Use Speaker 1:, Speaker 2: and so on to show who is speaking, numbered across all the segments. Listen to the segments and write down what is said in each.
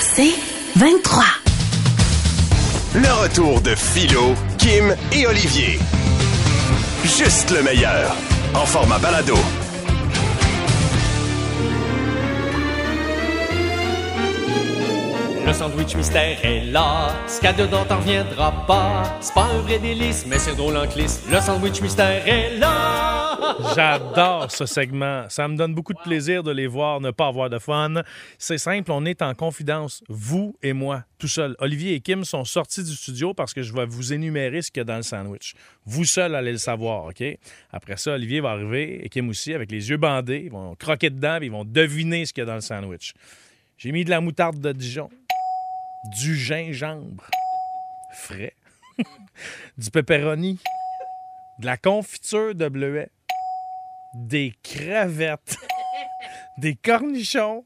Speaker 1: C'est 23.
Speaker 2: Le retour de Philo, Kim et Olivier. Juste le meilleur. En format balado.
Speaker 3: Le sandwich mystère est là, ce qu'il y a dedans t'en reviendra pas. C'est pas un vrai délice, mais c'est drôle en clisse. Le sandwich mystère est là.
Speaker 4: J'adore ce segment. Ça me donne beaucoup de plaisir de les voir, ne pas avoir de fun. C'est simple, on est en confidence, vous et moi, tout seul. Olivier et Kim sont sortis du studio parce que je vais vous énumérer ce qu'il y a dans le sandwich. Vous seul allez le savoir, OK? Après ça, Olivier va arriver et Kim aussi, avec les yeux bandés. Ils vont croquer dedans et ils vont deviner ce qu'il y a dans le sandwich. J'ai mis de la moutarde de Dijon, du gingembre frais, du pepperoni, de la confiture de bleuet, des crevettes, des cornichons,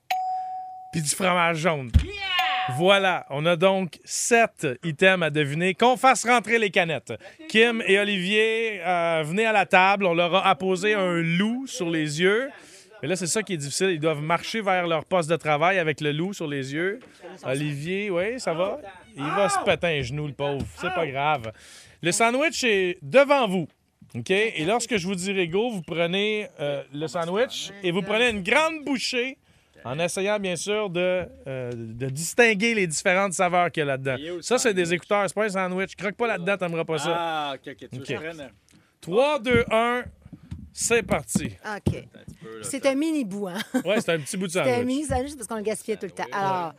Speaker 4: puis du fromage jaune. Voilà, on a donc sept items à deviner. Qu'on fasse rentrer les canettes. Kim et Olivier, euh, venez à la table. On leur a apposé un loup sur les yeux. Et là, c'est ça qui est difficile. Ils doivent marcher vers leur poste de travail avec le loup sur les yeux. Olivier, oui, ça va? Il va se péter un genou, le pauvre. C'est pas grave. Le sandwich est devant vous. OK? Et lorsque je vous dirai go, vous prenez euh, le sandwich et vous prenez une grande bouchée en essayant, bien sûr, de, euh, de distinguer les différentes saveurs qu'il y a là-dedans. Ça, c'est des écouteurs. C'est pas un sandwich. Croque pas là-dedans, t'aimeras pas ça.
Speaker 5: Ah, ok, ok. Tu veux que je
Speaker 4: Ok.
Speaker 5: prenne?
Speaker 4: 3, 2, 1, c'est parti.
Speaker 1: OK. C'est un mini bout, hein?
Speaker 4: Ouais, c'est un petit bout de
Speaker 1: C'est
Speaker 5: Ah,
Speaker 1: un
Speaker 4: sandwich.
Speaker 1: mini sandwich parce qu'on le gaspillait tout le temps. Alors,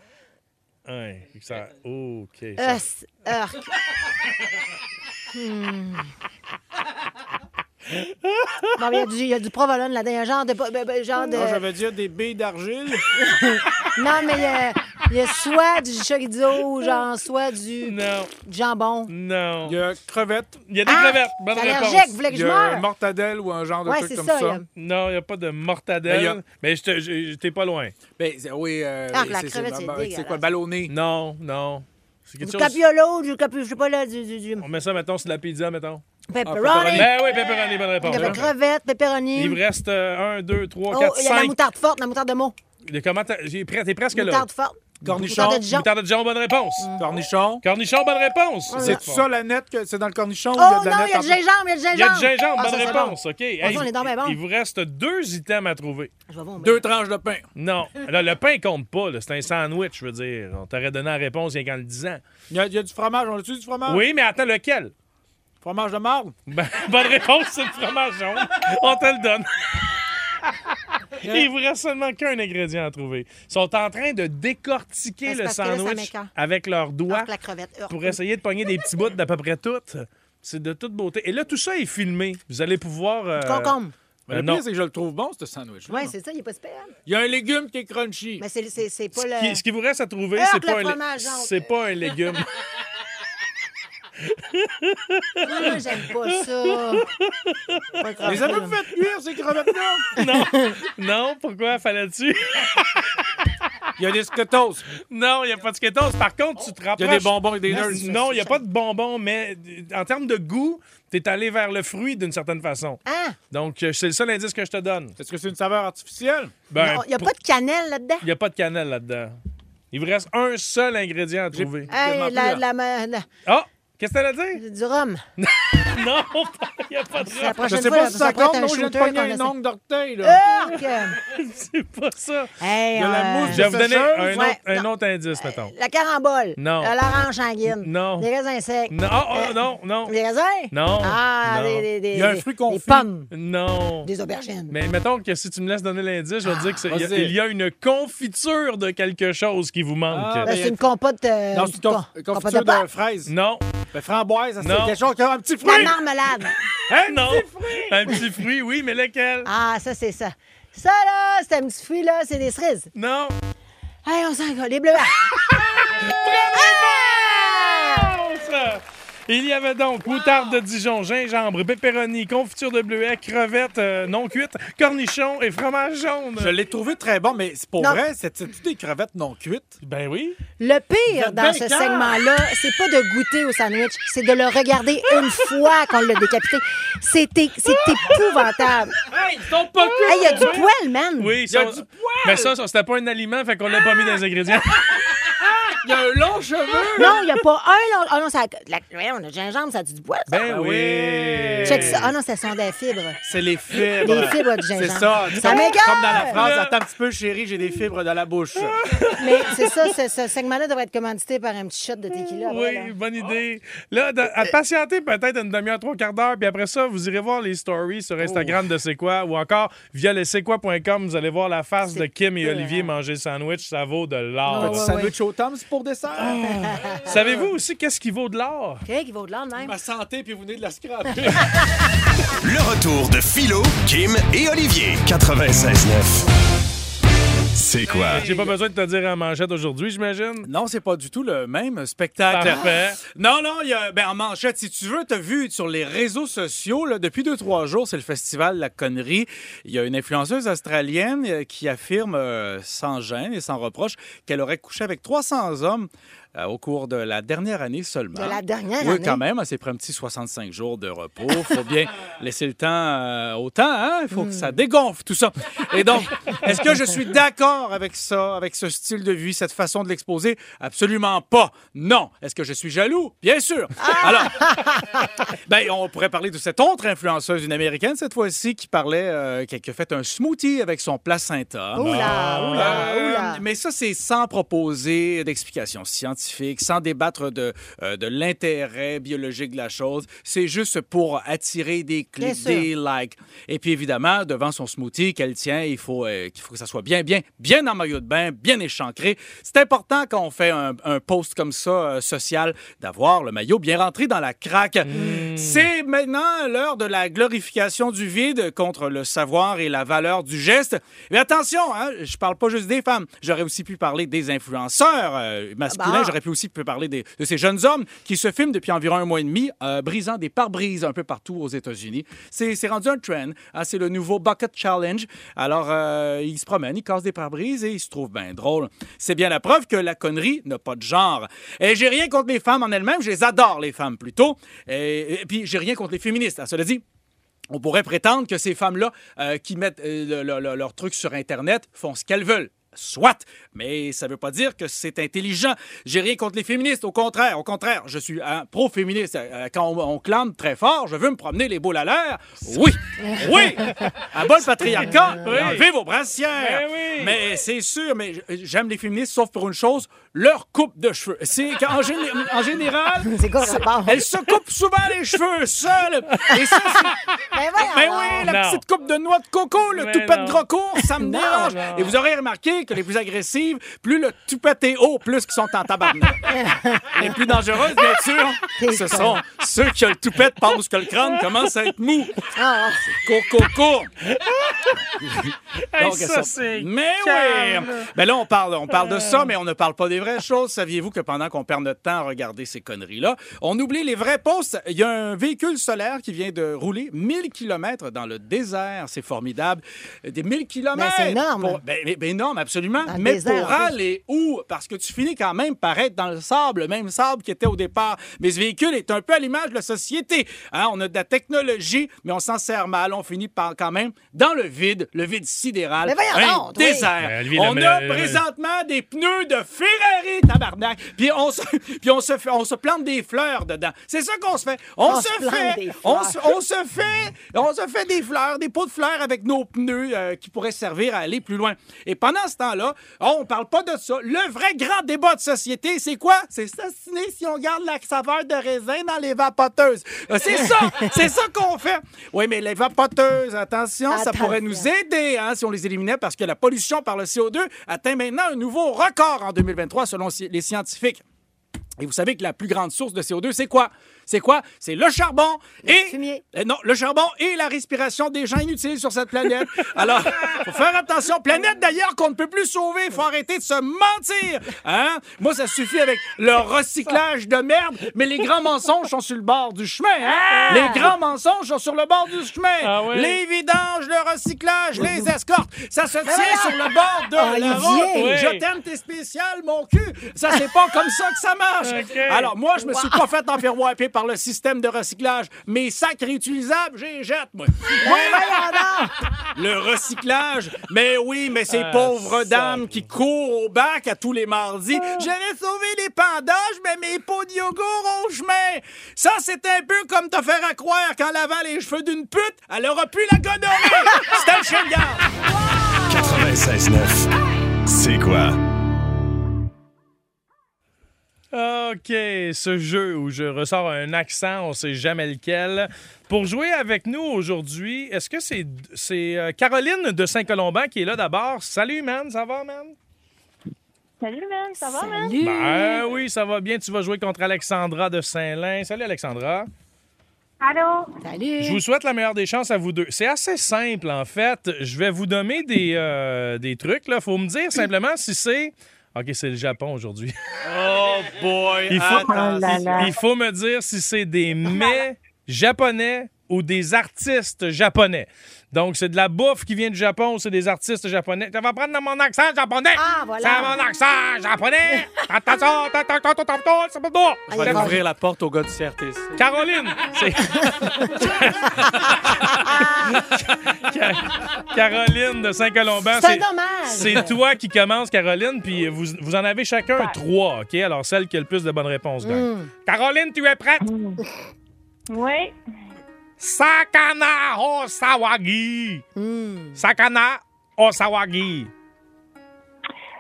Speaker 4: Ouais, ça- OK.
Speaker 1: Euh.
Speaker 4: ça-
Speaker 1: us, urk. Hmm. Bon, il y a du- il y, a du provolone là-dedans, il y a un genre de. ben, ben, genre de...
Speaker 5: Moi, j'avais dit des baies d'argile.
Speaker 1: Non, mais il y a- il y, a soit du chorizo, genre, soit du
Speaker 4: Non,
Speaker 1: du
Speaker 5: Mm.
Speaker 1: jambon.
Speaker 4: non.
Speaker 5: Il y a crevettes.
Speaker 4: Il y a des
Speaker 1: Ah!
Speaker 4: crevettes. Bonne
Speaker 1: T'es
Speaker 4: réponse.
Speaker 1: allergique, vous voulez que
Speaker 5: Il y
Speaker 1: je
Speaker 5: a
Speaker 1: meure?
Speaker 5: une mortadelle ou un genre de
Speaker 1: Ouais,
Speaker 5: truc
Speaker 1: c'est
Speaker 5: comme
Speaker 1: ça,
Speaker 5: ça.
Speaker 1: il y a-
Speaker 4: Non, il n'y a pas de
Speaker 5: Mais il y a-
Speaker 4: mortadelle. Mais je te- je- je- t'es pas loin.
Speaker 5: Ben, c'est- oui, euh,
Speaker 1: Ah,
Speaker 5: oui,
Speaker 1: la
Speaker 5: c'est-
Speaker 1: crevette,
Speaker 5: c'est
Speaker 1: c'est
Speaker 5: c'est
Speaker 1: dégueulasse.
Speaker 5: quoi, ballonné?
Speaker 4: Non, non. C'est quelque
Speaker 1: Du
Speaker 4: chose.
Speaker 1: capiolo, du capi... je sais pas là, du, du, du
Speaker 4: On met ça, mettons, sur la pizza, mettons.
Speaker 5: Ah,
Speaker 1: pepperoni.
Speaker 4: Ben oui, pepperoni, bonne réponse. hein.
Speaker 1: Il y
Speaker 5: hein.
Speaker 1: avait crevettes, pepperoni.
Speaker 4: Il me reste euh, 1, 2, 3,
Speaker 1: Oh,
Speaker 4: 4,
Speaker 1: il y a la
Speaker 4: 5.
Speaker 1: moutarde forte, la moutarde de mot.
Speaker 4: Comment t'as- j'ai- prêt- T'es presque là.
Speaker 1: Moutarde forte.
Speaker 5: Cornichon.
Speaker 1: Moutarde de Dijon. Mm.
Speaker 4: Moutarde de Dijon, bonne réponse.
Speaker 5: Cornichon.
Speaker 4: Cornichon, bonne réponse.
Speaker 5: C'est ça la nette que c'est dans le cornichon ou il y a
Speaker 1: Oh
Speaker 5: de la
Speaker 1: non, il y a
Speaker 5: nette
Speaker 1: du
Speaker 5: en-
Speaker 1: gingembre, il y a du gingembre.
Speaker 4: Il y a du gingembre,
Speaker 1: Ah,
Speaker 4: bonne
Speaker 1: ça, c'est
Speaker 4: réponse.
Speaker 1: bon.
Speaker 4: OK.
Speaker 1: Ah, ça, on est donc bien bon.
Speaker 4: il vous reste deux items à trouver.
Speaker 1: Je vais voir, mais-
Speaker 5: Deux tranches de pain.
Speaker 4: Non, là, le pain compte pas. là. C'est un sandwich, je veux dire. On t'aurait donné la réponse il y a qu'en le disant.
Speaker 5: Il y, a, il y a du fromage. On a-tu du
Speaker 1: Ah.
Speaker 5: fromage?
Speaker 4: Oui, mais attends, lequel?
Speaker 5: Fromage de marde?
Speaker 4: Ben, bonne réponse, c'est le fromage jaune. On te le donne. Il vous reste seulement qu'un ingrédient à trouver. Ils sont en train de décortiquer
Speaker 1: Ben, c'est
Speaker 4: le
Speaker 1: parce que là, ça
Speaker 4: sandwich
Speaker 1: m'écoeure.
Speaker 4: avec leurs doigts
Speaker 1: Urk, la crevette. urk.
Speaker 4: pour essayer de pogner des petits bouts d'à peu près tout. C'est de toute beauté. Et là, tout ça est filmé. Vous allez pouvoir... euh,
Speaker 1: Concombre.
Speaker 4: euh,
Speaker 5: Mais le
Speaker 4: non.
Speaker 5: pire, c'est que je le trouve bon, ce sandwich.
Speaker 1: Oui, c'est ça, il est pas super.
Speaker 5: Il y a un légume qui est crunchy.
Speaker 1: Mais c'est- c'est c'est pas
Speaker 4: Ce qui, ce
Speaker 1: le.
Speaker 4: qui vous reste à trouver,
Speaker 1: Heurte
Speaker 4: c'est pas,
Speaker 1: le
Speaker 4: un lé-
Speaker 1: fromage jaune.
Speaker 4: c'est pas un légume.
Speaker 1: Moi, Ah, j'aime pas ça. Pas le crevette,
Speaker 5: Les avez
Speaker 1: là.
Speaker 5: vous fait cuire ces crevettes-là?
Speaker 4: non, non, pourquoi fallait-tu?
Speaker 5: Il y a des skittles.
Speaker 4: Non, il n'y a pas de skittles. Par contre, tu te rapproches.
Speaker 5: Il y a des bonbons et des nerds.
Speaker 1: Merci.
Speaker 4: Non, il n'y a pas de bonbons, mais euh, en termes de goût, tu es allé vers le fruit d'une certaine façon.
Speaker 1: Hein?
Speaker 4: Donc, euh, c'est le seul indice que je te donne.
Speaker 5: Est-ce que c'est une saveur artificielle?
Speaker 4: Ben,
Speaker 1: Non, Il n'y a
Speaker 4: pour-
Speaker 1: pas de cannelle là-dedans.
Speaker 4: il y a pas de cannelle là-dedans. Il vous reste un seul ingrédient à trouver.
Speaker 1: Hey,
Speaker 5: tellement
Speaker 1: la,
Speaker 5: plus,
Speaker 1: la, la- la-
Speaker 4: Ah! Qu'est-ce que t'allais dire?
Speaker 1: du rhum.
Speaker 4: Non, il n'y a pas de
Speaker 1: C'est la
Speaker 4: rap.
Speaker 5: Je
Speaker 1: prochaine
Speaker 5: sais
Speaker 1: fois,
Speaker 5: pas si ça
Speaker 1: pourrait être
Speaker 5: compte. Non, je viens de
Speaker 1: shooter Euh!
Speaker 5: pogner
Speaker 1: qu'on
Speaker 5: un
Speaker 1: essaie.
Speaker 5: ongle d'orteil. là.
Speaker 1: Urk!
Speaker 4: C'est pas ça.
Speaker 1: Hey,
Speaker 5: Il y a la
Speaker 1: euh,
Speaker 5: mousse
Speaker 4: Je vais vous donner un
Speaker 1: Ouais,
Speaker 4: autre, un
Speaker 1: non.
Speaker 4: autre indice, mettons.
Speaker 1: La carambole.
Speaker 4: Non.
Speaker 1: Euh, L'orange sanguine.
Speaker 4: Non.
Speaker 1: Les raisins secs.
Speaker 4: Non, oh, oh, non, non,
Speaker 1: Les raisins?
Speaker 4: Non.
Speaker 1: Ah,
Speaker 4: Non.
Speaker 1: des, des, des,
Speaker 5: Il y a un
Speaker 1: des-
Speaker 5: fruit confit.
Speaker 1: Des pommes.
Speaker 4: non.
Speaker 1: Des aubergines.
Speaker 4: Mais mettons que si tu me laisses donner l'indice, je vais te dire qu'il y, a-
Speaker 5: vas-y.
Speaker 4: il y a une confiture de quelque chose qui vous manque.
Speaker 5: Ah,
Speaker 1: Ben,
Speaker 5: il y
Speaker 1: c'est
Speaker 5: a-
Speaker 1: une compote. euh,
Speaker 5: Non, c'est une
Speaker 1: con-
Speaker 5: conf-
Speaker 1: compote
Speaker 5: confiture de
Speaker 1: pâte.
Speaker 5: fraises.
Speaker 4: Non.
Speaker 5: Ben, framboise, ça, c'est
Speaker 4: Non.
Speaker 5: quelque chose qui a un petit
Speaker 1: La
Speaker 5: fruit.
Speaker 1: marmelade.
Speaker 4: Hein, non. Un petit fruit, oui, mais lequel?
Speaker 1: Ah, ça, c'est ça. Ça, là, c'est un petit fruit, là, c'est des cerises.
Speaker 4: Non.
Speaker 1: Hey, on s'en va. Les bleuets.
Speaker 4: Bonne réponse! Il y avait donc moutarde de Dijon, gingembre, pepperoni, confiture de bleuet, crevettes euh, non cuites, cornichons et fromage jaune.
Speaker 5: Je l'ai trouvé très bon, mais c'est pour
Speaker 1: Non.
Speaker 5: vrai, c'était-tu des crevettes non cuites?
Speaker 4: Ben oui.
Speaker 1: Le pire
Speaker 5: êtes
Speaker 1: dans
Speaker 5: bien
Speaker 1: ce
Speaker 5: cœur.
Speaker 1: segment-là, c'est pas de goûter au sandwich, c'est de le regarder une fois qu'on l'a décapité. C'est é- c'est épouvantable.
Speaker 3: Hey, ils sont pas
Speaker 1: Hey, Il y a du poil, man.
Speaker 4: Oui,
Speaker 3: y a
Speaker 4: ça,
Speaker 3: du poil!
Speaker 4: Mais ça, ça, c'était pas un aliment, fait qu'on l'a pas mis dans les ingrédients.
Speaker 3: Il y a un long cheveu!
Speaker 1: Non, il n'y a pas un. long- Ah non, ça, la, ouais, on a gingembre, ça a du poil. ça.
Speaker 4: Ben oui.
Speaker 5: Ah oui.
Speaker 1: Check ça. Ah non, ça sont des fibres.
Speaker 5: C'est les fibres.
Speaker 1: Des fibres de gingembre.
Speaker 5: C'est ça.
Speaker 1: Ça
Speaker 5: comme,
Speaker 1: m'égare!
Speaker 5: comme dans la phrase, attends un petit peu, chérie, j'ai des fibres dans la bouche.
Speaker 1: Ah, Mais c'est ça, ce, ce segment-là devrait être commandité par un petit shot de tequila.
Speaker 4: Oui,
Speaker 1: voilà.
Speaker 4: bonne idée. Là, de- à patienter peut-être une demi-heure, trois quarts d'heure, puis après ça, vous irez voir les stories sur Instagram de C'est quoi ou encore via le c'est quoi.com, vous allez voir la face de Kim et
Speaker 1: épeurant.
Speaker 4: Olivier manger le sandwich. Ça vaut de
Speaker 1: Ah
Speaker 4: l'or.
Speaker 1: ouais,
Speaker 5: Petit sandwich au Tom's pour dessert.
Speaker 4: Savez-vous aussi qu'est-ce qui vaut de l'or?
Speaker 1: Quelqu'un qui va au-delà de même.
Speaker 5: Ma santé, puis vous venez de la scraper.
Speaker 2: Le retour de Philo, Kim et Olivier. 96.9. C'est quoi?
Speaker 4: J'ai pas besoin de te dire en manchette aujourd'hui, j'imagine.
Speaker 5: Non, c'est pas du tout le même spectacle.
Speaker 4: Parfait.
Speaker 5: Non, non, il y a, ben, en manchette, si tu veux, t'as vu sur les réseaux sociaux, là, depuis deux, trois jours, c'est le festival La Connerie. Il y a une influenceuse australienne euh, qui affirme, euh, sans gêne et sans reproche, qu'elle aurait couché avec 300 hommes euh, au cours de la dernière année seulement.
Speaker 1: De la dernière
Speaker 5: hein? Oui,
Speaker 1: année?
Speaker 5: quand même. Elle s'est pris un petit 65 jours de repos. faut bien laisser le temps euh, au temps, hein? Il faut que
Speaker 1: Hmm.
Speaker 5: ça dégonfle, tout ça. Et donc, est-ce que je suis d'accord avec ça, avec ce style de vie, cette façon de l'exposer? Absolument pas. Non. Est-ce que je suis jaloux? Bien sûr.
Speaker 1: Ah!
Speaker 5: Alors, ben, on pourrait parler de cette autre influenceuse, une américaine cette fois-ci, qui parlait, euh, qui a qui a fait un smoothie avec son placenta.
Speaker 1: Oula, oula,
Speaker 5: Euh,
Speaker 1: oula.
Speaker 5: Mais ça, c'est sans proposer d'explications scientifiques, sans débattre de, euh, de l'intérêt biologique de la chose. C'est juste pour attirer des
Speaker 1: Bien
Speaker 5: clics,
Speaker 1: sûr.
Speaker 5: des likes. Et puis, évidemment, devant son smoothie qu'elle tient, il faut, euh, qu'il faut que ça soit bien, bien, bien en maillot de bain, bien échancré. C'est important quand on fait un, un post comme ça, euh, social, d'avoir le maillot bien rentré dans la craque.
Speaker 1: Mm.
Speaker 5: C'est maintenant l'heure de la glorification du vide contre le savoir et la valeur du geste. Mais attention, hein, je parle pas juste des femmes. J'aurais aussi pu parler des influenceurs euh, masculins.
Speaker 1: Ah bah.
Speaker 5: J'aurais pu aussi pu parler des- de ces jeunes hommes qui se filment depuis environ un mois et demi, euh, brisant des pare-brises un peu partout aux États-Unis. C'est c'est rendu un trend. hein, C'est le nouveau Bucket Challenge. Alors, euh, ils se promènent, ils cassent des pare-brises et ils se trouvent bien drôles. C'est bien la preuve que la connerie n'a pas de genre. Et j'ai rien contre les femmes en elles-mêmes. Je les adore, les femmes, plutôt. Et, et puis, j'ai rien contre les féministes. hein, Cela dit, on pourrait prétendre que ces femmes-là euh, qui mettent euh, le- le- le- leurs trucs sur Internet font ce qu'elles veulent. Soit, mais ça ne veut pas dire que c'est intelligent. J'ai rien contre les féministes, au contraire, au contraire, je suis un pro-féministe. Euh, Quand on, on clame très fort, je veux me promener les boules à l'air. Oui, oui, à bon patriarcat, enlevez vos brassières.
Speaker 4: Ben oui.
Speaker 5: Mais c'est sûr, mais j- j'aime les féministes, sauf pour une chose, leur coupe de cheveux. C'est qu'en gé- en général,
Speaker 1: C'est quoi le rapport?
Speaker 5: elles se coupent souvent les cheveux seules. Et ça, c'est-
Speaker 1: Ben voyons
Speaker 5: ben
Speaker 1: donc.
Speaker 5: oui, la
Speaker 4: Non.
Speaker 5: petite coupe de noix de coco, le
Speaker 4: Mais
Speaker 5: toupet
Speaker 4: non.
Speaker 5: de gros court, ça me dérange.
Speaker 4: non.
Speaker 5: Et vous aurez remarqué que les plus agressives, plus le toupet est haut, plus qu'ils sont en tabarnak. les plus dangereuses, bien sûr, ce sont ceux qui ont le toupet parce que le crâne commence à être mou.
Speaker 1: Ah,
Speaker 5: Coco, coco.
Speaker 4: Hey,
Speaker 5: Donc,
Speaker 4: ça,
Speaker 5: elles sont-
Speaker 4: c'est
Speaker 5: Mais
Speaker 4: calme. Euh.
Speaker 5: oui! Mais là, on parle, on parle de ça, mais on ne parle pas des vraies choses. Saviez-vous que pendant qu'on perd notre temps à regarder ces conneries-là, on oublie les vrais postes? Il y a un véhicule solaire qui vient de rouler 1000 km dans le désert. C'est formidable. Des 1000 km!
Speaker 1: Mais Ben, c'est énorme.
Speaker 5: ben, ben- ben énorme, absolument.
Speaker 1: Dans le
Speaker 5: mais
Speaker 1: désert,
Speaker 5: pour
Speaker 1: en plus.
Speaker 5: aller où? Parce que tu finis quand même par être dans le sable, le même sable qui était au départ. Mais ce véhicule est un peu à l'image de la société. hein. on a de la technologie, mais on s'en sert mal. On finit par quand même dans le vide, le vide sidéral
Speaker 1: Mais voyons
Speaker 5: un
Speaker 1: donc, oui.
Speaker 5: désert.
Speaker 4: Ben, Olivier,
Speaker 5: on
Speaker 4: la-
Speaker 5: a
Speaker 4: la- la-
Speaker 5: présentement des pneus de Ferrari, tabarnak. Puis on se, puis on se, fait- on se plante des fleurs dedans. C'est ça qu'on se fait. On,
Speaker 1: On
Speaker 5: se,
Speaker 1: se plante
Speaker 5: fait,
Speaker 1: des
Speaker 5: on
Speaker 1: fleurs.
Speaker 5: se, on se fait, on se fait des fleurs, des pots de fleurs avec nos pneus euh, qui pourraient servir à aller plus loin. Et pendant ce temps-là, oh, on parle pas de ça. Le vrai grand débat de société, c'est quoi C'est s'assiner si on garde la saveur de raisin dans les vapoteuses. Euh, C'est ça, c'est ça qu'on fait. Oui, mais les vapoteuses, attention, ça
Speaker 1: Attention.
Speaker 5: pourrait nous aider hein, si on les éliminait parce que la pollution par le CO2 atteint maintenant un nouveau record en 2023 selon si- les scientifiques. Et vous savez que la plus grande source de CO2, c'est quoi? C'est quoi? C'est le charbon et...
Speaker 1: fumier.
Speaker 5: Eh Non, le charbon et la respiration des gens inutiles sur cette planète. Alors, faut faire attention. Planète d'ailleurs qu'on ne peut plus sauver. Faut arrêter de se mentir. Hein? Moi, ça suffit avec le recyclage de merde, mais les grands mensonges sont sur le bord du chemin. hein? Les grands mensonges sont sur le bord du chemin.
Speaker 4: Ah oui?
Speaker 5: Les vidanges, le recyclage, les escortes, ça se tient sur le bord de la route.
Speaker 1: Olivier!
Speaker 4: Oui.
Speaker 5: Je t'aime, t'es spécial, mon cul. Ça, c'est pas comme ça que ça marche.
Speaker 4: OK.
Speaker 5: Alors, moi, je me suis pas fait enferroiper par le système de recyclage. Mes sacs réutilisables, j'ai jette, moi. Oui, le recyclage. Mais oui, mais ces
Speaker 4: Ah,
Speaker 5: pauvres
Speaker 4: ça.
Speaker 5: dames qui courent au bac à tous les mardis. J'avais sauvé les pendages, mais mes pots de yogourt au chemin. Ça, c'est un peu comme te faire à croire qu'en lavant les cheveux d'une pute, elle aura pu la gonorrhée. C'était le chien de garde.
Speaker 2: 96.9. C'est quoi?
Speaker 4: OK, ce jeu où je ressors un accent, on sait jamais lequel. Pour jouer avec nous aujourd'hui, est-ce que c'est c'est, euh, Caroline de Saint-Colomban qui est là d'abord? Salut, man, ça va, man?
Speaker 6: Salut, man, ça va, man?
Speaker 1: Salut.
Speaker 4: Ben oui, ça va bien. Tu vas jouer contre Alexandra de Saint-Lin. Salut, Alexandra.
Speaker 6: Allô?
Speaker 1: Salut.
Speaker 4: Je vous souhaite la meilleure des chances à vous deux. C'est assez simple, en fait. Je vais vous donner des, euh, des trucs. Il faut me dire simplement si c'est... OK, c'est le Japon aujourd'hui.
Speaker 3: Oh boy!
Speaker 4: Il faut-
Speaker 1: Ah,
Speaker 6: Oh là là.
Speaker 4: Il faut me dire si c'est des mets japonais ou des artistes japonais. Donc, c'est de la bouffe qui vient du Japon ou c'est des artistes japonais. Tu vas prendre dans mon accent japonais.
Speaker 1: Ah, voilà.
Speaker 4: C'est mon accent japonais. Attention, t'entends, t'entends, t'entends, c'est pas bon.
Speaker 1: Ah, il va-
Speaker 5: la porte au gars du CRTC.
Speaker 4: Caroline, c'est... Caroline de Saint-Colomban,
Speaker 1: C'est dommage.
Speaker 4: c'est toi qui commence, Caroline, puis vous, vous en avez chacun trois, OK? Alors, celle qui a le plus de bonnes réponses gagne.
Speaker 1: Hmm.
Speaker 4: Caroline, tu es prête?
Speaker 6: Oui.
Speaker 4: Sakana Osawagi.
Speaker 1: Hmm.
Speaker 4: Sakana Osawagi.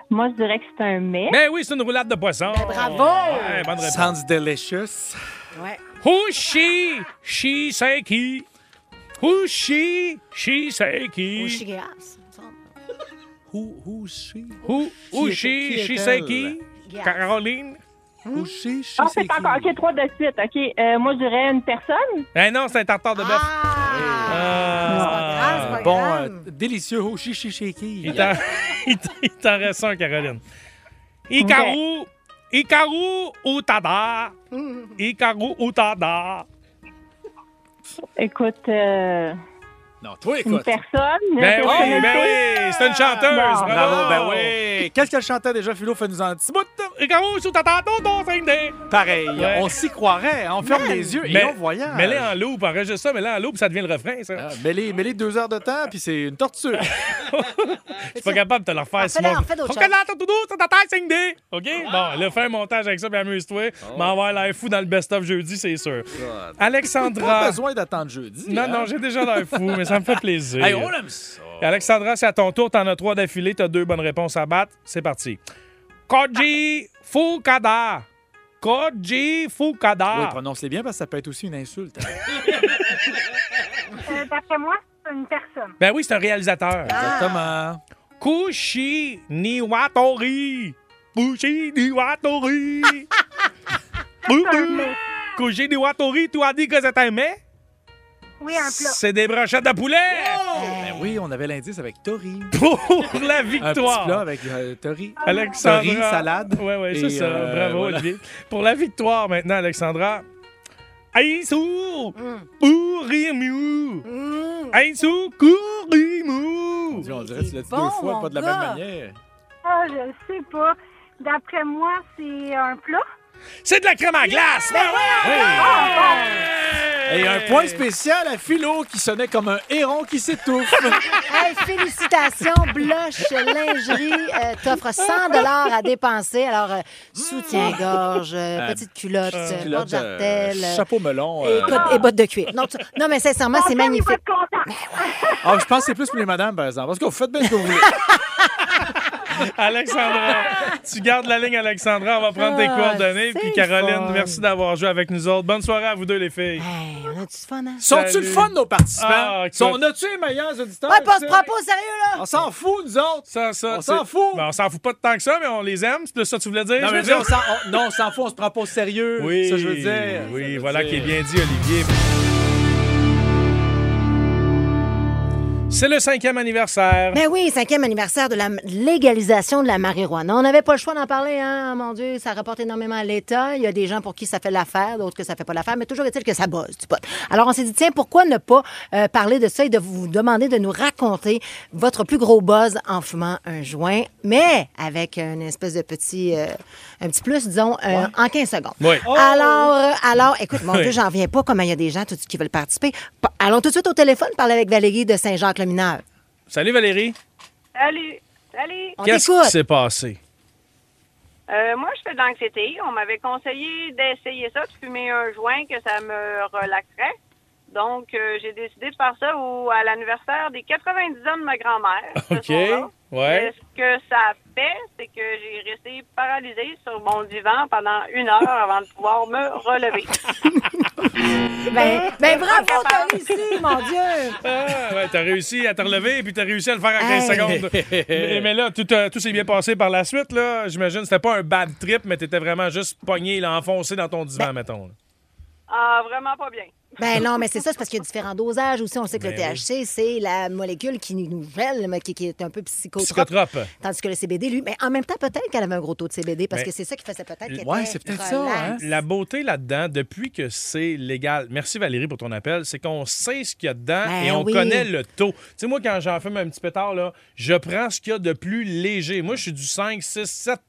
Speaker 6: Moi, je dirais que c'est un mais.
Speaker 4: Mais Ben oui, c'est une roulade de poisson.
Speaker 1: Ben, Ah Bravo.
Speaker 4: Ouais, bonne réponse.
Speaker 5: Sounds delicious.
Speaker 1: Ouais.
Speaker 4: Hushi Shiseki. Hushi Shiseki.
Speaker 1: Ushigas, il me semble.
Speaker 5: Who, who's she?
Speaker 4: Hu-
Speaker 5: Qui
Speaker 4: Hushi
Speaker 5: est- qui
Speaker 4: Shiseki.
Speaker 1: est-elle?
Speaker 4: Caroline.
Speaker 5: Who's she? She,
Speaker 6: Ah,
Speaker 5: c'est
Speaker 6: c'est pas encore.
Speaker 5: qui?
Speaker 6: OK, trois de suite. OK, euh, moi, je dirais une personne.
Speaker 4: Eh non, c'est un tartare de bœuf.
Speaker 1: Ah.
Speaker 4: Ah.
Speaker 1: C'est pas grave, c'est pas
Speaker 5: Bon,
Speaker 1: grave.
Speaker 5: euh, délicieux. Who's she? She, she, qui?
Speaker 4: Il t'en- il t'en- il t'en reste un, Caroline. Ikaru. Ikaru Utada. Ikaru Utada.
Speaker 6: Écoute, euh,
Speaker 5: Non, toi,
Speaker 6: une
Speaker 5: écoute.
Speaker 6: personne. une
Speaker 4: Ben oui,
Speaker 6: personnalité.
Speaker 4: ben oui, c'est une chanteuse.
Speaker 6: Bon.
Speaker 5: Bravo, ben oui. Qu'est-ce qu'elle chantait déjà, Philo? Fais-nous un petit bout.
Speaker 4: Ikaru Utada, dodo, sende.
Speaker 5: Pareil,
Speaker 4: Ouais.
Speaker 5: on s'y croirait. hein. On ferme les yeux et on Ben, voyage.
Speaker 4: Mets-les en loupe, enregistre ça, mets-les en loupe, ça devient le refrain, ça.
Speaker 5: Ah, mets-les- mets-les deux heures de temps, puis c'est une torture.
Speaker 4: Je suis pas capable de te le refaire,
Speaker 1: Fais-le,
Speaker 4: Simon.
Speaker 1: fais d'autres
Speaker 4: Ok, là, tout doux, tout à terre, 5D. OK? Bon, là, fais un montage avec ça, puis amuse-toi.
Speaker 5: Ah.
Speaker 4: M'en va l'air fou dans le best-of jeudi, c'est sûr.
Speaker 5: Pas
Speaker 4: Alexandra.
Speaker 5: Ah, ben. besoin d'attendre jeudi.
Speaker 4: Non,
Speaker 5: hein. euh,
Speaker 4: non, j'ai déjà l'air fou, mais ça me fait plaisir.
Speaker 5: Hey, on aime ça.
Speaker 4: Alexandra, c'est à ton tour. T'en as trois d'affilée. T'as deux bonnes réponses à battre. C'est parti. Koji Fukada. Koji
Speaker 5: Oui,
Speaker 4: Fukada.
Speaker 5: prononce-les bien parce que ça peut être aussi une insulte. hein.
Speaker 6: D'après moi, c'est une personne.
Speaker 4: ben oui, c'est un réalisateur.
Speaker 6: Ah.
Speaker 5: Exactement.
Speaker 4: Kushi Niwatori. Kushi Niwatori. Bou, bou. Kushi Niwatori, tu as dit que c'était un mets?
Speaker 6: Oui, un
Speaker 4: C'est des brochettes de poulet
Speaker 6: Ah.
Speaker 5: Ben oui, on avait l'indice avec Tori.
Speaker 4: pour la
Speaker 5: Un petit plat
Speaker 4: victoire.
Speaker 5: avec euh, Tori.
Speaker 4: Alexandra.
Speaker 5: Riz, salade.
Speaker 4: Ouais, ouais,
Speaker 5: Et,
Speaker 4: c'est ça.
Speaker 5: euh,
Speaker 4: Bravo,
Speaker 5: voilà.
Speaker 4: Olivier. Pour la victoire maintenant, Alexandra. Aïssou!
Speaker 6: Mm.
Speaker 4: Kourimu!
Speaker 1: Hmm.
Speaker 4: Aïssou! Kourimu!
Speaker 5: On dirait que tu l'as dit
Speaker 1: C'est
Speaker 5: deux
Speaker 1: bon,
Speaker 5: fois,
Speaker 1: mon
Speaker 5: pas de la
Speaker 1: gars.
Speaker 5: même manière.
Speaker 6: Ah, je sais pas. D'après moi, c'est un plat.
Speaker 4: C'est de la crème à glace! Ben ouais!
Speaker 1: Ah.
Speaker 5: Et un point spécial à Philo qui sonnait comme un héron qui s'étouffe.
Speaker 1: Hey, félicitations, Bloche Lingerie euh, t'offre 100 dollars à dépenser. Alors, euh, soutien-gorge, euh, petite culotte, euh,
Speaker 5: Culotte, euh,
Speaker 1: porte-jartelle, euh,
Speaker 5: chapeau melon.
Speaker 1: et,
Speaker 5: euh.
Speaker 1: côte- et bottes de cuir. Non, tu- non, mais sincèrement, c'est magnifique.
Speaker 6: Pas de contact.
Speaker 5: Ah, je pense que c'est plus pour les madames, par exemple. Parce que vous faites bien ce que vous voulez.
Speaker 4: Alexandra, tu gardes la ligne, Alexandra. On va prendre tes
Speaker 1: Ah,
Speaker 4: coordonnées.
Speaker 1: c'est
Speaker 4: Puis Caroline,
Speaker 1: fun.
Speaker 4: merci d'avoir joué avec nous autres. Bonne soirée à vous deux, les filles.
Speaker 1: Hey, on a du fun, hein?
Speaker 5: Sont-tu
Speaker 4: Salut.
Speaker 5: le fun, nos participants?
Speaker 4: Ah, écoute.
Speaker 5: Sont- on a-tu les meilleurs auditeurs?
Speaker 1: Ouais, pas se
Speaker 5: tu sais?
Speaker 1: prends pas au sérieux, là!
Speaker 5: On s'en fout, nous autres.
Speaker 4: Ça, ça,
Speaker 5: On
Speaker 4: c'est-
Speaker 5: s'en fout.
Speaker 4: Ben, on s'en fout pas de tant que ça, mais on les aime. C'est plus ça que tu voulais dire?
Speaker 5: Non,
Speaker 4: je
Speaker 5: mais
Speaker 4: veux
Speaker 5: je veux dire,
Speaker 4: dire?
Speaker 5: on s'en- on- non, on s'en fout, on se prend pas au sérieux.
Speaker 4: Oui,
Speaker 5: Ça, je veux dire. Ça, je
Speaker 4: Oui,
Speaker 5: veux
Speaker 4: voilà
Speaker 5: dire.
Speaker 4: qui est bien dit, Olivier. C'est le cinquième anniversaire.
Speaker 1: Ben oui, cinquième anniversaire de la m- légalisation de la marijuana. On n'avait pas le choix d'en parler, hein? Mon Dieu, ça rapporte énormément à l'État. Il y a des gens pour qui ça fait l'affaire, d'autres que ça fait pas l'affaire, mais toujours est-il que ça bosse du pot. Alors, on s'est dit, tiens, pourquoi ne pas euh, parler de ça et de vous demander de nous raconter votre plus gros buzz en fumant un joint, mais avec une espèce de petit, euh, un petit plus, disons, euh, en 15 secondes.
Speaker 4: Oui.
Speaker 1: Alors, euh, alors, écoute, mon
Speaker 4: Oui.
Speaker 1: Dieu, j'en viens pas comment il y a des gens tout de suite qui veulent participer. Pa- Allons tout de suite au téléphone parler avec Valérie de Saint-Jacques-le-Mineur.
Speaker 4: Salut Valérie.
Speaker 6: Salut! Salut!
Speaker 1: On
Speaker 4: Qu'est-ce
Speaker 1: t'écoute.
Speaker 4: qui s'est passé?
Speaker 6: Euh, moi, je fais de l'anxiété. On m'avait conseillé d'essayer ça, de fumer un joint, que ça me relaxerait. Donc, euh, j'ai décidé de faire ça au, à l'anniversaire des 90 ans de ma grand-mère. ce
Speaker 4: OK,
Speaker 6: soir-là.
Speaker 4: ouais.
Speaker 6: Et Ce que ça a fait, c'est que j'ai resté paralysée sur mon divan pendant une heure avant de pouvoir me relever.
Speaker 1: Ben, ben bravo, t'as réussi, mon Dieu!
Speaker 4: Ah, ouais, t'as réussi à te relever et puis t'as réussi à le faire en 15
Speaker 1: Hey.
Speaker 4: secondes. mais, mais là, tout, euh, tout s'est bien passé par la suite, là. J'imagine c'était pas un bad trip, mais t'étais vraiment juste pogné, là, enfoncé dans ton divan, mettons. là.
Speaker 6: Ah, vraiment pas bien.
Speaker 1: Ben non, mais c'est ça, c'est parce qu'il y a différents dosages aussi. On sait que le
Speaker 4: Ben oui.
Speaker 1: THC, c'est la molécule qui nous gèle, mais qui, qui est un peu psychotrope.
Speaker 4: Psychotrope.
Speaker 1: Tandis que le CBD, lui, mais en même temps, peut-être qu'elle avait un gros taux de CBD, parce
Speaker 4: Mais-
Speaker 1: que c'est ça qui faisait peut-être qu'elle
Speaker 5: Ben, Ouais,
Speaker 1: était
Speaker 5: c'est peut-être ça,
Speaker 1: relaxe.
Speaker 5: hein?
Speaker 4: La beauté là-dedans, depuis que c'est légal, merci Valérie pour ton appel, c'est qu'on sait ce qu'il y a dedans
Speaker 1: Ben
Speaker 4: et on
Speaker 1: oui.
Speaker 4: connaît le taux. Tu sais, moi, quand j'en fume un petit pétard, là, je prends ce qu'il y a de plus léger. Moi, je suis du 5, 6, 7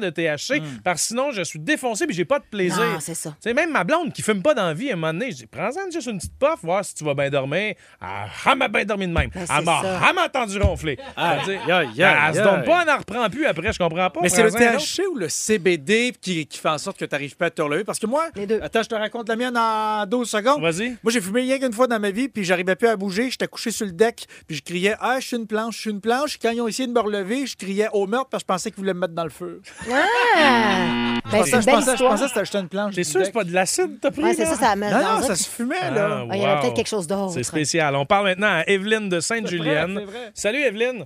Speaker 4: de THC, parce que sinon, je suis défoncé puis j'ai pas de plaisir.
Speaker 1: Hmm. Non, c'est ça.
Speaker 4: Tu sais, même ma blonde qui fume pas d'envie, à un moment donné, je dis, prends-en juste une petite puff, voir si tu vas bien dormir. Ah, m'a bien dormi de même.
Speaker 1: Ben, c'est
Speaker 4: elle m'a
Speaker 1: ça.
Speaker 4: vraiment entendu ronfler.
Speaker 5: Aïe,
Speaker 4: Fait que, tu sais,
Speaker 5: aïe,
Speaker 4: elle
Speaker 5: aïe,
Speaker 4: se donne
Speaker 5: aïe.
Speaker 4: pas, elle en reprend plus après, je comprends pas.
Speaker 5: Mais c'est le
Speaker 4: Prends-en un autre.
Speaker 5: THC ou le CBD qui, qui fait en sorte que tu n'arrives pas à te relever? Parce que moi,
Speaker 1: Les deux.
Speaker 5: attends, je te raconte la mienne en 12 secondes.
Speaker 4: Vas-y.
Speaker 5: Moi, j'ai fumé rien qu'une fois dans ma vie, puis j'arrivais plus à bouger. J'étais couché sur le deck, puis je criais Ah, je suis une planche, je suis une planche. Quand ils ont essayé de me relever, je criais au meurtre parce que je pensais qu'ils voulaient me mettre dans le feu.
Speaker 1: Ah! Ben, c'est
Speaker 5: Je
Speaker 1: une
Speaker 5: pensais,
Speaker 1: belle
Speaker 5: je
Speaker 1: histoire.
Speaker 5: pensais que c'était juste une planche.
Speaker 4: T'es
Speaker 5: du
Speaker 4: sûr que c'est
Speaker 5: deck.
Speaker 4: pas de l'acide, t'as pris?
Speaker 1: Ouais, c'est
Speaker 4: là?
Speaker 1: ça, ça amène
Speaker 5: Non,
Speaker 1: dans
Speaker 5: non,
Speaker 1: un-
Speaker 5: ça se fumait,
Speaker 4: Ah,
Speaker 5: là.
Speaker 1: Ah, il y avait
Speaker 4: wow.
Speaker 1: peut-être quelque chose d'autre.
Speaker 4: C'est spécial. On parle maintenant à Evelyne de Sainte-Julienne.
Speaker 5: C'est vrai, c'est
Speaker 4: Salut
Speaker 5: vrai.
Speaker 4: Evelyne.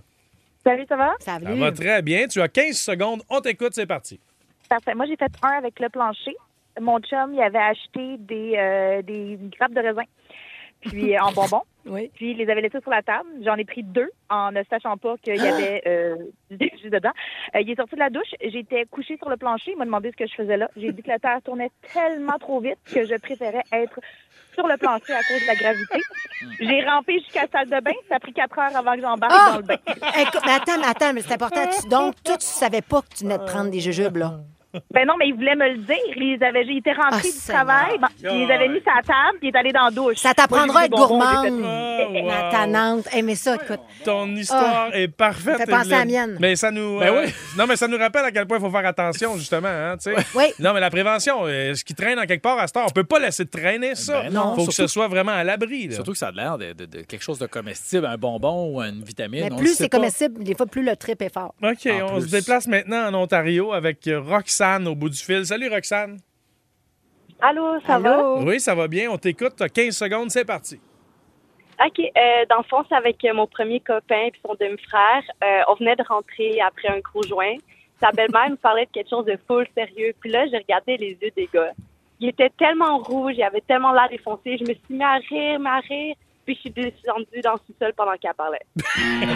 Speaker 7: Salut, ça va?
Speaker 1: Ça a
Speaker 4: Ça
Speaker 1: voulu.
Speaker 4: va très bien. Tu as 15 secondes. On t'écoute, c'est parti.
Speaker 7: Parfait. Moi, j'ai fait un avec le plancher. Mon chum, il avait acheté des, euh, des grappes de raisin, puis euh, en bonbons.
Speaker 1: Oui.
Speaker 7: Puis il les avait laissés sur la table. J'en ai pris deux en ne sachant pas qu'il
Speaker 1: Ah!
Speaker 7: y avait euh, du jus dedans. Euh, il est sorti de la douche. J'étais couchée sur le plancher. Il m'a demandé ce que je faisais là. J'ai dit que la terre tournait tellement trop vite que je préférais être sur le plancher à cause de la gravité. J'ai rampé jusqu'à la salle de bain. Ça a pris quatre heures avant que j'embarque
Speaker 1: Ah!
Speaker 7: dans le bain.
Speaker 1: Écoute, mais attends, mais attends, mais c'est important. Tu- donc, toi, tu savais pas que tu venais de prendre des jujubes, là.
Speaker 7: Ben non, mais il voulait me le dire. Il les avait, il était rentré
Speaker 1: Ah,
Speaker 7: du
Speaker 1: Seigneur.
Speaker 7: travail. Bon, il les avait mis sur la table, puis il est allé dans la douche.
Speaker 1: Ça t'apprendra à être
Speaker 7: Moi, j'ai vu des bonbons, j'ai
Speaker 4: Oh,
Speaker 1: gourmande.
Speaker 7: fait-
Speaker 4: wow.
Speaker 1: Mm. Ma tanante. Eh, mais ça, écoute.
Speaker 4: Ton histoire est parfaite.
Speaker 1: Fait penser
Speaker 4: Evelyne.
Speaker 1: à la mienne.
Speaker 4: Mais ça nous.
Speaker 5: Ben
Speaker 4: euh,
Speaker 5: oui.
Speaker 4: Non, mais ça nous rappelle à quel point il faut faire attention, justement. Hein, tu sais.
Speaker 1: Oui.
Speaker 4: Non, mais la prévention, euh, ce qui traîne en quelque part à cette heure, on peut pas laisser traîner ça.
Speaker 5: Ben
Speaker 4: Il
Speaker 5: non,
Speaker 4: faut que ce
Speaker 5: surtout-
Speaker 4: soit vraiment à l'abri. là.
Speaker 5: Surtout que ça a l'air de, de- de quelque chose de comestible, un bonbon ou une vitamine.
Speaker 1: Mais
Speaker 5: on
Speaker 1: plus
Speaker 5: le sait
Speaker 1: c'est
Speaker 5: pas.
Speaker 1: comestible, des fois, plus le trip est fort.
Speaker 4: OK,
Speaker 5: En
Speaker 4: on
Speaker 5: plus.
Speaker 4: se déplace maintenant en Ontario avec euh, Roxane au bout du fil. Salut Roxane.
Speaker 8: Allô, ça
Speaker 5: Oh.
Speaker 1: Allô?
Speaker 4: Oui, ça va bien. On t'écoute. T'as 15 secondes, c'est parti.
Speaker 8: va? OK. euh, dans le fond, c'est avec euh, mon premier copain et son demi-frère. Euh, on venait de rentrer après un gros joint. Sa belle-mère me parlait de quelque chose de full sérieux. Puis là, j'ai regardé les yeux des gars. Il était tellement rouge, il avait tellement l'air défoncé. Je me suis mis à rire, mais à rire. Puis je suis descendue dans le sous-sol pendant qu'elle parlait.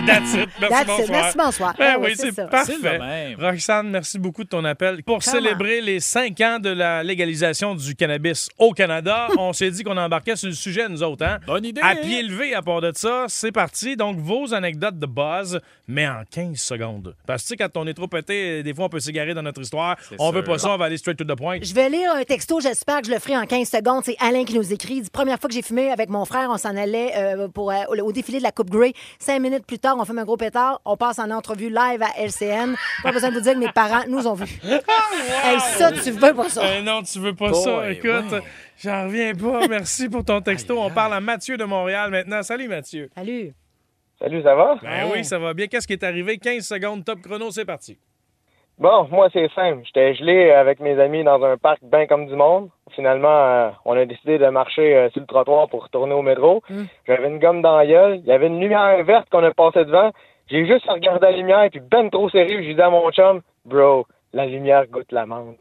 Speaker 4: That's it. Merci,
Speaker 1: That's it.
Speaker 4: bonsoir.
Speaker 1: Merci, bonsoir.
Speaker 4: Ben
Speaker 1: Ah
Speaker 4: oui,
Speaker 1: oui, c'est
Speaker 4: c'est
Speaker 1: ça.
Speaker 4: parfait.
Speaker 5: C'est le même.
Speaker 4: Roxane, merci beaucoup de ton appel. Pour
Speaker 1: Comment?
Speaker 4: célébrer les cinq ans de la légalisation du cannabis au Canada, on s'est dit qu'on embarquait sur le sujet, nous autres. Hein?
Speaker 5: Bonne idée.
Speaker 4: À pied levé, à part de ça, c'est parti. Donc, vos anecdotes de base, mais en 15 secondes. Parce que, tu sais, quand on est trop pété, des fois, on peut s'égarer dans notre histoire. On veut
Speaker 5: sûr.
Speaker 4: pas ça, on va aller straight to the point.
Speaker 1: Je vais lire un texto, j'espère que je le ferai en 15 secondes. C'est Alain qui nous écrit. Il dit Première fois que j'ai fumé avec mon frère, on s'en allait euh, pour, euh, au, au défilé de la Coupe Grey. Cinq minutes plus tard, on fume un gros pétard. On passe en entrevue live à LCN. Pas besoin de vous dire que mes parents nous ont vus. Hey, ça, tu veux pas ça.
Speaker 4: Ah, Euh, non, tu veux pas
Speaker 5: Boy,
Speaker 4: ça. Écoute,
Speaker 5: ouais.
Speaker 4: j'en reviens pas. Merci pour ton texto. On parle à Mathieu de Montréal maintenant. Salut, Mathieu.
Speaker 1: Salut.
Speaker 9: Salut, ça
Speaker 1: Oh.
Speaker 9: va?
Speaker 4: Ben oui, ça va bien. Qu'est-ce qui est arrivé? 15 secondes, top chrono, c'est parti.
Speaker 9: Bon, moi, c'est simple. J'étais gelé avec mes amis dans un parc bien comme du monde. Finalement, euh, on a décidé de marcher euh, sur le trottoir pour retourner au métro. J'avais une gomme dans la gueule. Il y avait une lumière verte qu'on a passée devant. J'ai juste regardé la lumière, puis ben trop sérieux, j'ai dit à mon chum, « Bro, la lumière goûte la menthe.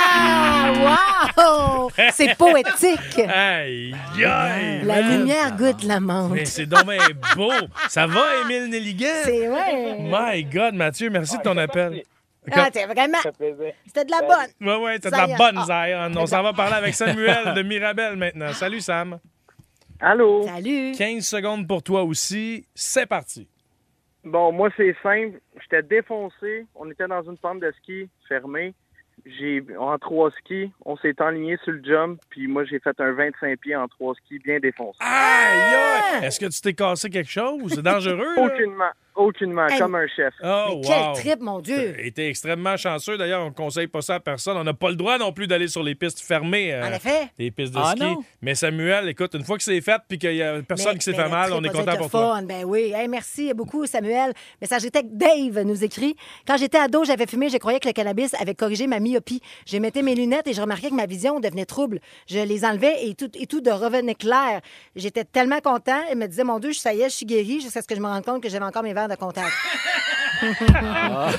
Speaker 1: Ah, wow! C'est poétique.
Speaker 4: Aïe, aïe!
Speaker 1: Eh. La
Speaker 4: man.
Speaker 1: lumière goûte la menthe.
Speaker 4: Mais c'est donc bien beau! Ça va, Émile Nelligan?
Speaker 1: C'est vrai.
Speaker 4: My God, Mathieu, merci de ton appel.
Speaker 1: Ah, t'es vraiment,
Speaker 9: Ça fait plaisir.
Speaker 1: c'était de la bonne.
Speaker 4: Oui, oui, c'est de la
Speaker 1: Zion.
Speaker 4: bonne
Speaker 1: Ah.
Speaker 4: Zion. On s'en va parler avec Samuel de Mirabel maintenant. Salut, Sam.
Speaker 10: Allô?
Speaker 1: Salut.
Speaker 4: 15 secondes pour toi aussi. C'est parti.
Speaker 10: Bon, moi, c'est simple. J'étais défoncé. On était dans une pente de ski fermée. J'ai, en trois skis, on s'est enligné sur le jump, puis moi, j'ai fait un 25 pieds en trois skis bien défoncé.
Speaker 1: Ah!
Speaker 4: Aïe, aïe! Est-ce que tu t'es cassé quelque chose? C'est dangereux, là?
Speaker 10: Aucunement, aucunement,
Speaker 1: Hey.
Speaker 10: comme un chef.
Speaker 4: Oh,
Speaker 1: Mais quel
Speaker 4: wow.
Speaker 1: trip, mon Dieu.
Speaker 4: Et t'es extrêmement chanceux. D'ailleurs, on ne conseille pas ça à personne. On n'a pas le droit non plus d'aller sur les pistes fermées. euh,
Speaker 1: En effet.
Speaker 4: les pistes de
Speaker 5: Ah,
Speaker 4: ski.
Speaker 5: non.
Speaker 4: Mais Samuel, écoute, une fois que c'est fait puis qu'il n'y a personne
Speaker 1: Mais-
Speaker 4: qui s'est
Speaker 1: mais
Speaker 4: fait
Speaker 1: le
Speaker 4: mal, on
Speaker 1: trip
Speaker 4: est
Speaker 1: a dû
Speaker 4: content
Speaker 1: être
Speaker 4: pour
Speaker 1: le
Speaker 4: toi.
Speaker 1: fun. Ben oui. Hey, merci beaucoup, Samuel. Message tech Dave nous écrit Quand j'étais ado, j'avais fumé, je croyais que le cannabis avait corrigé ma myopie. Je mettais mes lunettes et je remarquais que ma vision devenait trouble. Je les enlevais et tout, et tout de revenait clair. J'étais tellement content et me disais Mon Dieu, ça y est, je suis guéri jusqu'à ce que je me rende compte que j'avais encore mes verres de contact.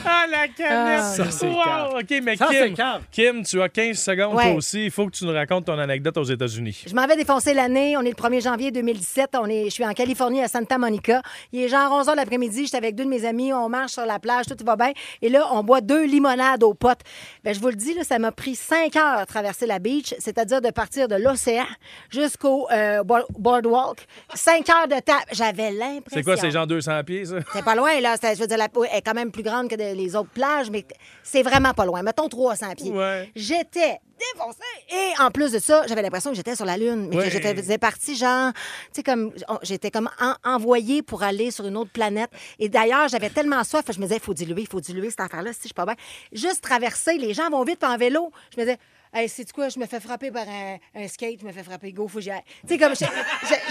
Speaker 4: Ah, la canette!
Speaker 5: Ça, c'est
Speaker 4: Wow!
Speaker 5: cave.
Speaker 4: OK, mais
Speaker 5: Ça, Ah, c'est
Speaker 4: Kim,
Speaker 5: cave.
Speaker 4: Kim, tu as 15 secondes
Speaker 1: Ouais.
Speaker 4: toi aussi. Il faut que tu nous racontes ton anecdote aux États-Unis.
Speaker 1: Je m'en vais défoncer l'année. On est le 1er janvier 2017. On est, je suis en Californie, à Santa Monica. Il est genre 11 h l'après-midi. J'étais avec deux de mes amis. On marche sur la plage. Tout va bien. Et là, on boit deux limonades aux potes. Ben, je vous le dis, là, ça m'a pris 5 heures à traverser la beach, c'est-à-dire de partir de l'océan jusqu'au euh, bo- boardwalk. 5 heures de tape. J'avais l'impression.
Speaker 4: C'est quoi, ces gens 200 pieds, ça?
Speaker 1: C'est pas loin, là. C'est- Je veux dire, la peau est quand même plus grande que de- les autres plages, mais c'est vraiment pas loin. Mettons 300 pieds.
Speaker 4: Ouais.
Speaker 1: J'étais défoncée. Et en plus de ça, j'avais l'impression que j'étais sur la Lune, mais
Speaker 4: Ouais.
Speaker 1: que j'étais- faisais partie, genre, tu sais, comme, on- j'étais comme en- envoyée pour aller sur une autre planète. Et d'ailleurs, j'avais tellement soif, je me disais, il faut diluer, il faut diluer cette affaire-là, si je suis pas bien. Juste traverser, les gens vont vite pas en vélo. Je me disais, Hey, c'est quoi, je me fais frapper par un, un skate, je me fais frapper, go, faut que j'y aille. Tu sais, comme, j'ai-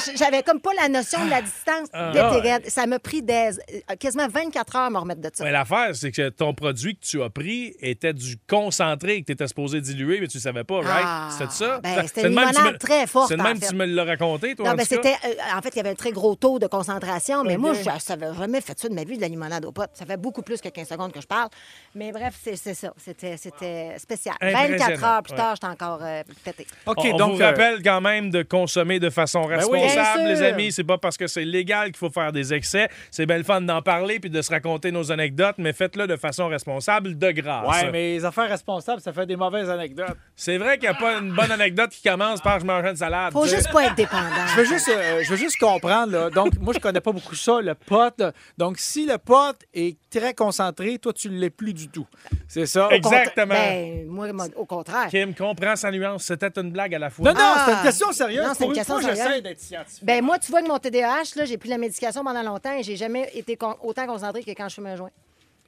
Speaker 1: j'ai- j'avais comme pas la notion de la distance.
Speaker 4: Ah.
Speaker 1: J'étais raide. Ça m'a pris des, euh, quasiment 24 heures à me remettre de ça.
Speaker 4: Mais l'affaire, c'est que ton produit que tu as pris était du concentré que tu étais supposé diluer, mais tu ne savais pas, right?
Speaker 1: Ah,
Speaker 4: C'était ça?
Speaker 1: ben,
Speaker 4: Ça-
Speaker 1: c'était
Speaker 4: c'est de
Speaker 1: une
Speaker 4: même que tu
Speaker 1: limonade
Speaker 4: me-
Speaker 1: très forte,
Speaker 4: C'est de
Speaker 1: en
Speaker 4: même que
Speaker 1: fait.
Speaker 4: tu me l'as raconté, toi,
Speaker 1: Non,
Speaker 4: en
Speaker 1: mais
Speaker 4: tout cas?
Speaker 1: c'était. euh, en fait, il y avait un très gros taux de concentration, mais moi, je savais jamais fait ça de ma vie, de la limonade aux potes. Ça fait beaucoup plus que 15 secondes que je parle. Mais bref, c'est c'est ça. C'était c'était spécial. 24
Speaker 4: Impressionnant,
Speaker 1: heures plus
Speaker 4: ouais.
Speaker 1: tard, j'étais encore euh, pété.
Speaker 5: OK,
Speaker 4: on on
Speaker 5: donc.
Speaker 4: vous
Speaker 5: euh, Ben
Speaker 4: rappelle quand même de consommer de façon
Speaker 5: oui.
Speaker 4: responsable,
Speaker 1: Bien
Speaker 4: les
Speaker 1: sûr.
Speaker 4: amis. C'est pas parce que c'est légal qu'il faut faire des excès. C'est bien le fun d'en parler puis de se raconter nos anecdotes, mais faites-le de façon responsable, de grâce.
Speaker 5: Ouais, mais les affaires responsables, ça fait des mauvaises anecdotes.
Speaker 4: C'est vrai qu'il n'y a pas une bonne anecdote qui commence par « je mangeais une salade ».
Speaker 1: Faut
Speaker 4: tu sais.
Speaker 1: juste pas être dépendant.
Speaker 5: Je veux juste, euh, je veux juste comprendre, là. Donc, moi, je connais pas beaucoup ça, le pote. Donc, si le pote est très concentré, toi, tu l'es plus du tout. C'est ça?
Speaker 4: Exactement.
Speaker 1: Ben, moi, moi, au contraire.
Speaker 4: Kim comprends sa nuance. C'était une blague à la fois.
Speaker 5: Non, non, c'est
Speaker 1: Ah.
Speaker 5: une question sérieuse.
Speaker 1: Non, c'est
Speaker 5: Pour
Speaker 1: une question
Speaker 5: fois, j'essaie
Speaker 1: sérieuse.
Speaker 5: d'être scientifique.
Speaker 1: Ben moi, tu vois que mon TDAH, là, j'ai pris la médication pendant longtemps et j'ai jamais été con- autant concentrée que quand je fume un joint.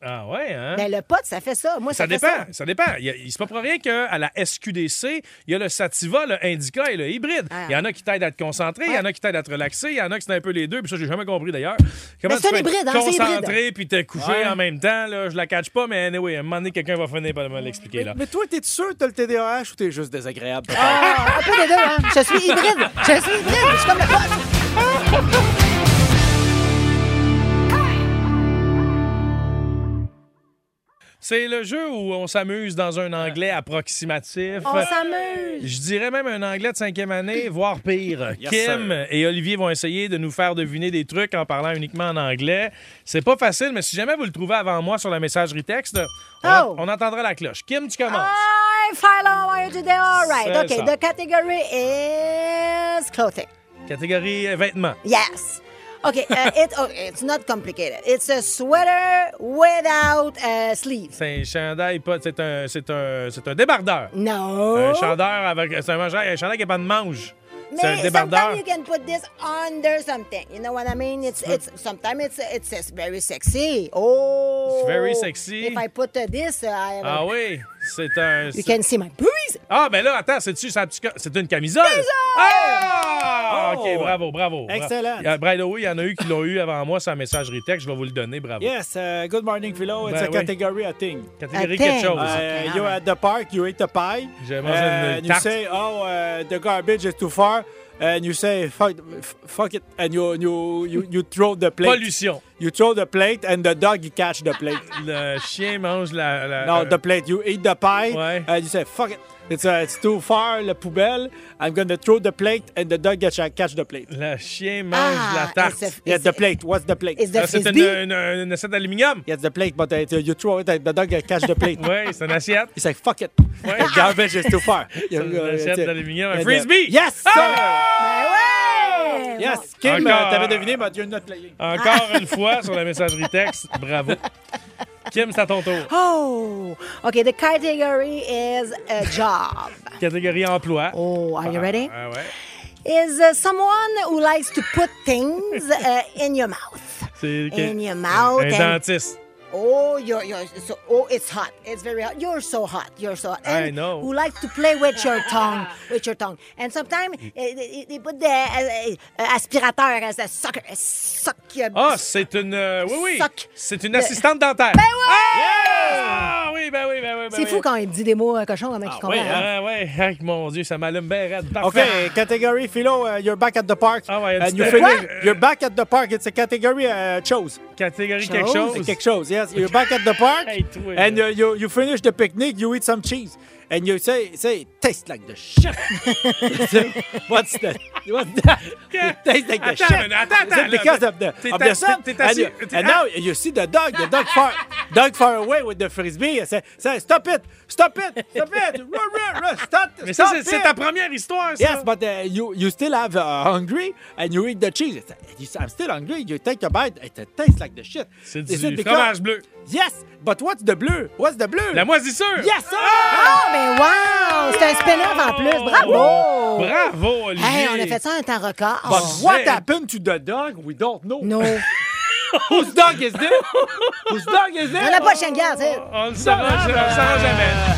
Speaker 4: Ah ouais, hein?
Speaker 1: Ben le pot, ça fait ça. Moi,
Speaker 4: Ça
Speaker 1: ça, fait
Speaker 4: dépend, ça. dépend. Il y a- il- c'est pas pour rien qu'à la SQDC, il y a le sativa, le indica et le hybride.
Speaker 1: Ah.
Speaker 4: Il y en a qui t'aident à te concentrer, il y en a qui t'aident à te relaxer, il y en a qui c'est un peu les deux, puis ça, j'ai jamais compris d'ailleurs. Comment
Speaker 1: Mais c'est
Speaker 4: tu
Speaker 1: un
Speaker 4: peux
Speaker 1: hybride,
Speaker 4: être
Speaker 1: hein, c'est hybride.
Speaker 4: concentré puis te coucher
Speaker 5: Ouais.
Speaker 4: en même temps, là, je la catch pas, mais anyway, à un moment donné, quelqu'un va finir par me l'expliquer, là. Ah.
Speaker 5: Mais toi, t'es sûr que t'as le TDAH ou t'es juste désagréable?
Speaker 1: ça. Un peu des deux, hein. Je suis hybride. Je suis hybride. Je suis comme le pot.
Speaker 4: C'est le jeu où on s'amuse dans un anglais approximatif.
Speaker 1: On s'amuse.
Speaker 4: Je dirais même un anglais de cinquième année, voire pire.
Speaker 5: Yes,
Speaker 4: Kim et Olivier vont essayer de nous faire deviner des trucs en parlant uniquement en anglais. C'est pas facile, mais si jamais vous le trouvez avant moi sur la messagerie texte, on,
Speaker 1: Oh! Ah!
Speaker 4: on entendra la cloche. Kim, tu commences.
Speaker 1: Hi, Philo, are you today? All right.
Speaker 4: C'est
Speaker 1: Okay,
Speaker 4: ça.
Speaker 1: the category is clothing.
Speaker 4: Catégorie euh, vêtements.
Speaker 1: Yes. Okay, uh, it, oh, it's not complicated. It's a sweater without uh, sleeves.
Speaker 4: C'est un chandail, pas. C'est un, c'est un, c'est un débardeur.
Speaker 1: No.
Speaker 4: Un chandail avec. C'est un, manche- un chandail qui n'a pas de manche. C'est un
Speaker 1: May,
Speaker 4: débardeur.
Speaker 1: sometimes you can put this under something. You know what I mean? It's it's sometimes it's it's, it's very sexy. Oh,
Speaker 4: It's very sexy.
Speaker 1: If I put uh, this, uh, I
Speaker 4: Ah oui, c'est un.
Speaker 1: you
Speaker 4: c'est-
Speaker 1: can see my booty. chemise!
Speaker 4: Ah, ben là, attends, c'est-tu sa petite co- C'est une camisole? Ah! OK, bravo, bravo. bravo.
Speaker 5: Excellent.
Speaker 4: Il y a- by the way, il y en a eu qui l'ont eu avant moi, sa messagerie texte. Je vais vous le donner, bravo.
Speaker 5: Yes, uh, good morning, Philo. It's
Speaker 4: Ben
Speaker 5: a
Speaker 4: oui.
Speaker 5: category, I think.
Speaker 4: Catégorie
Speaker 1: Attends. Ah,
Speaker 4: quelque chose.
Speaker 5: Uh, you're at the park, you eat a pie.
Speaker 4: J'ai mangé
Speaker 5: uh,
Speaker 4: une
Speaker 5: and you
Speaker 4: tarte.
Speaker 5: say, oh, uh, the garbage is too far. And you say, fuck, f- fuck it. And you, you, you, you throw the plate.
Speaker 4: Pollution.
Speaker 5: You throw the plate and the dog, he catch the plate.
Speaker 4: Le chien mange la. la-
Speaker 5: no,
Speaker 4: euh,
Speaker 5: the plate. You eat the pie.
Speaker 4: Ouais.
Speaker 5: And you say, fuck it. It's, uh, it's too far, la poubelle. I'm going to throw the plate and the dog catch, catch the plate.
Speaker 4: Le chien mange la
Speaker 1: Ah,
Speaker 4: tarte.
Speaker 1: SF.
Speaker 5: Yeah,
Speaker 1: Is
Speaker 5: the
Speaker 1: it-
Speaker 5: plate. What's the plate?
Speaker 1: Is the
Speaker 4: Ah, C'est une,
Speaker 1: frisbee?
Speaker 4: une, une assiette d'aluminium.
Speaker 5: Yes, the plate, but uh, you throw it, and the dog catch the plate.
Speaker 4: Oui, c'est une assiette.
Speaker 5: He's like, fuck it.
Speaker 4: Ouais.
Speaker 5: The garbage is too far.
Speaker 4: C'est une assiette d'aluminium. Un frisbee.
Speaker 5: uh,
Speaker 4: Ah!
Speaker 5: Yes, sir.
Speaker 1: Ben ouais!
Speaker 5: Yes, Kim,
Speaker 4: Encore.
Speaker 5: euh, t'avais deviné, but you're not playing.
Speaker 4: Encore
Speaker 1: Ah.
Speaker 4: une fois sur la messagerie texte. Bravo. Kim, c'est à ton tour.
Speaker 1: Oh! OK, the category is a job.
Speaker 4: Catégorie emploi.
Speaker 1: Ah. Oh, are you ready?
Speaker 4: Ah ouais.
Speaker 1: Is uh, someone who likes to put things uh, in your mouth.
Speaker 4: C'est
Speaker 1: In your mouth.
Speaker 4: un
Speaker 1: hein. and-
Speaker 4: dentiste.
Speaker 1: Oh, you're, you're so, oh, it's hot. It's very hot. You're so hot. You're so hot.
Speaker 4: I
Speaker 1: And
Speaker 4: know.
Speaker 1: Who likes to play with your tongue, with your tongue. And sometimes eh, they, they put the uh, aspirateur as a sucker, a suck. your-
Speaker 4: Ah, c'est une. euh, oui, oui.
Speaker 1: Soc.
Speaker 4: C'est une
Speaker 1: De-
Speaker 4: assistante dentaire.
Speaker 1: Ben ouais!
Speaker 4: Ah, oui, ben oui, ben oui. ben
Speaker 1: C'est
Speaker 4: oui.
Speaker 1: fou quand il dit des mots euh, cochons, comment il comprend.
Speaker 5: oui,
Speaker 1: hein?
Speaker 4: Ah, ouais. Ah, mon Dieu, ça m'allume bien raide.
Speaker 5: OK,
Speaker 4: Parfait.
Speaker 5: category, Philo, uh, you're back at the park.
Speaker 4: Ah ouais,
Speaker 5: and
Speaker 4: tu
Speaker 5: you
Speaker 4: t'es-
Speaker 5: finish.
Speaker 4: Quoi?
Speaker 5: You're back at the park. It's a category uh, chose.
Speaker 4: Catégorie quelque
Speaker 1: Chose.
Speaker 4: chose.
Speaker 5: Quelque chose, yes. You're back at the park.
Speaker 4: Hey, toi,
Speaker 5: and
Speaker 4: là.
Speaker 5: uh, you, you finish the picnic, you eat some cheese. And you say, say, tastes like the shit. what's that? What's that? It tastes like the
Speaker 4: Attends,
Speaker 5: shit.
Speaker 4: mais attends,
Speaker 5: Is it
Speaker 4: attends, là,
Speaker 5: because of the,
Speaker 4: t'es
Speaker 5: of
Speaker 4: assis-
Speaker 5: the sun?
Speaker 4: t'es
Speaker 5: and,
Speaker 4: assis-
Speaker 5: you,
Speaker 4: t'es-
Speaker 5: and now you see the dog, the dog far, dog far away with the frisbee. I say, say, stop it, stop it, stop it, run, run, run, stop,
Speaker 4: Mais ça,
Speaker 5: stop
Speaker 4: c'est-
Speaker 5: it.
Speaker 4: c'est ta première histoire, ça.
Speaker 5: Yes, but uh, you you still have uh, hungry and you eat the cheese. It's- it's- I'm still hungry. You take a bite. It tastes like the shit.
Speaker 4: C'est
Speaker 5: Is it
Speaker 4: du
Speaker 5: because-
Speaker 4: fromage bleu.
Speaker 5: Yes, but what's the bleu? What's the bleu?
Speaker 4: La moisissure.
Speaker 5: Yes, sir.
Speaker 1: Ah, mais wow! C'est un spin-off en plus. Bravo!
Speaker 4: Oh! Bravo, Olivier.
Speaker 1: Hey, on a fait ça en temps record.
Speaker 5: But
Speaker 4: Oh,
Speaker 5: what
Speaker 4: man.
Speaker 5: happened to the dog? We don't know.
Speaker 1: Non.
Speaker 5: Whose dog is this? Whose dog is this?
Speaker 1: On n'a pas de chien de garde, c'est.
Speaker 4: On le saura, on le saura jamais.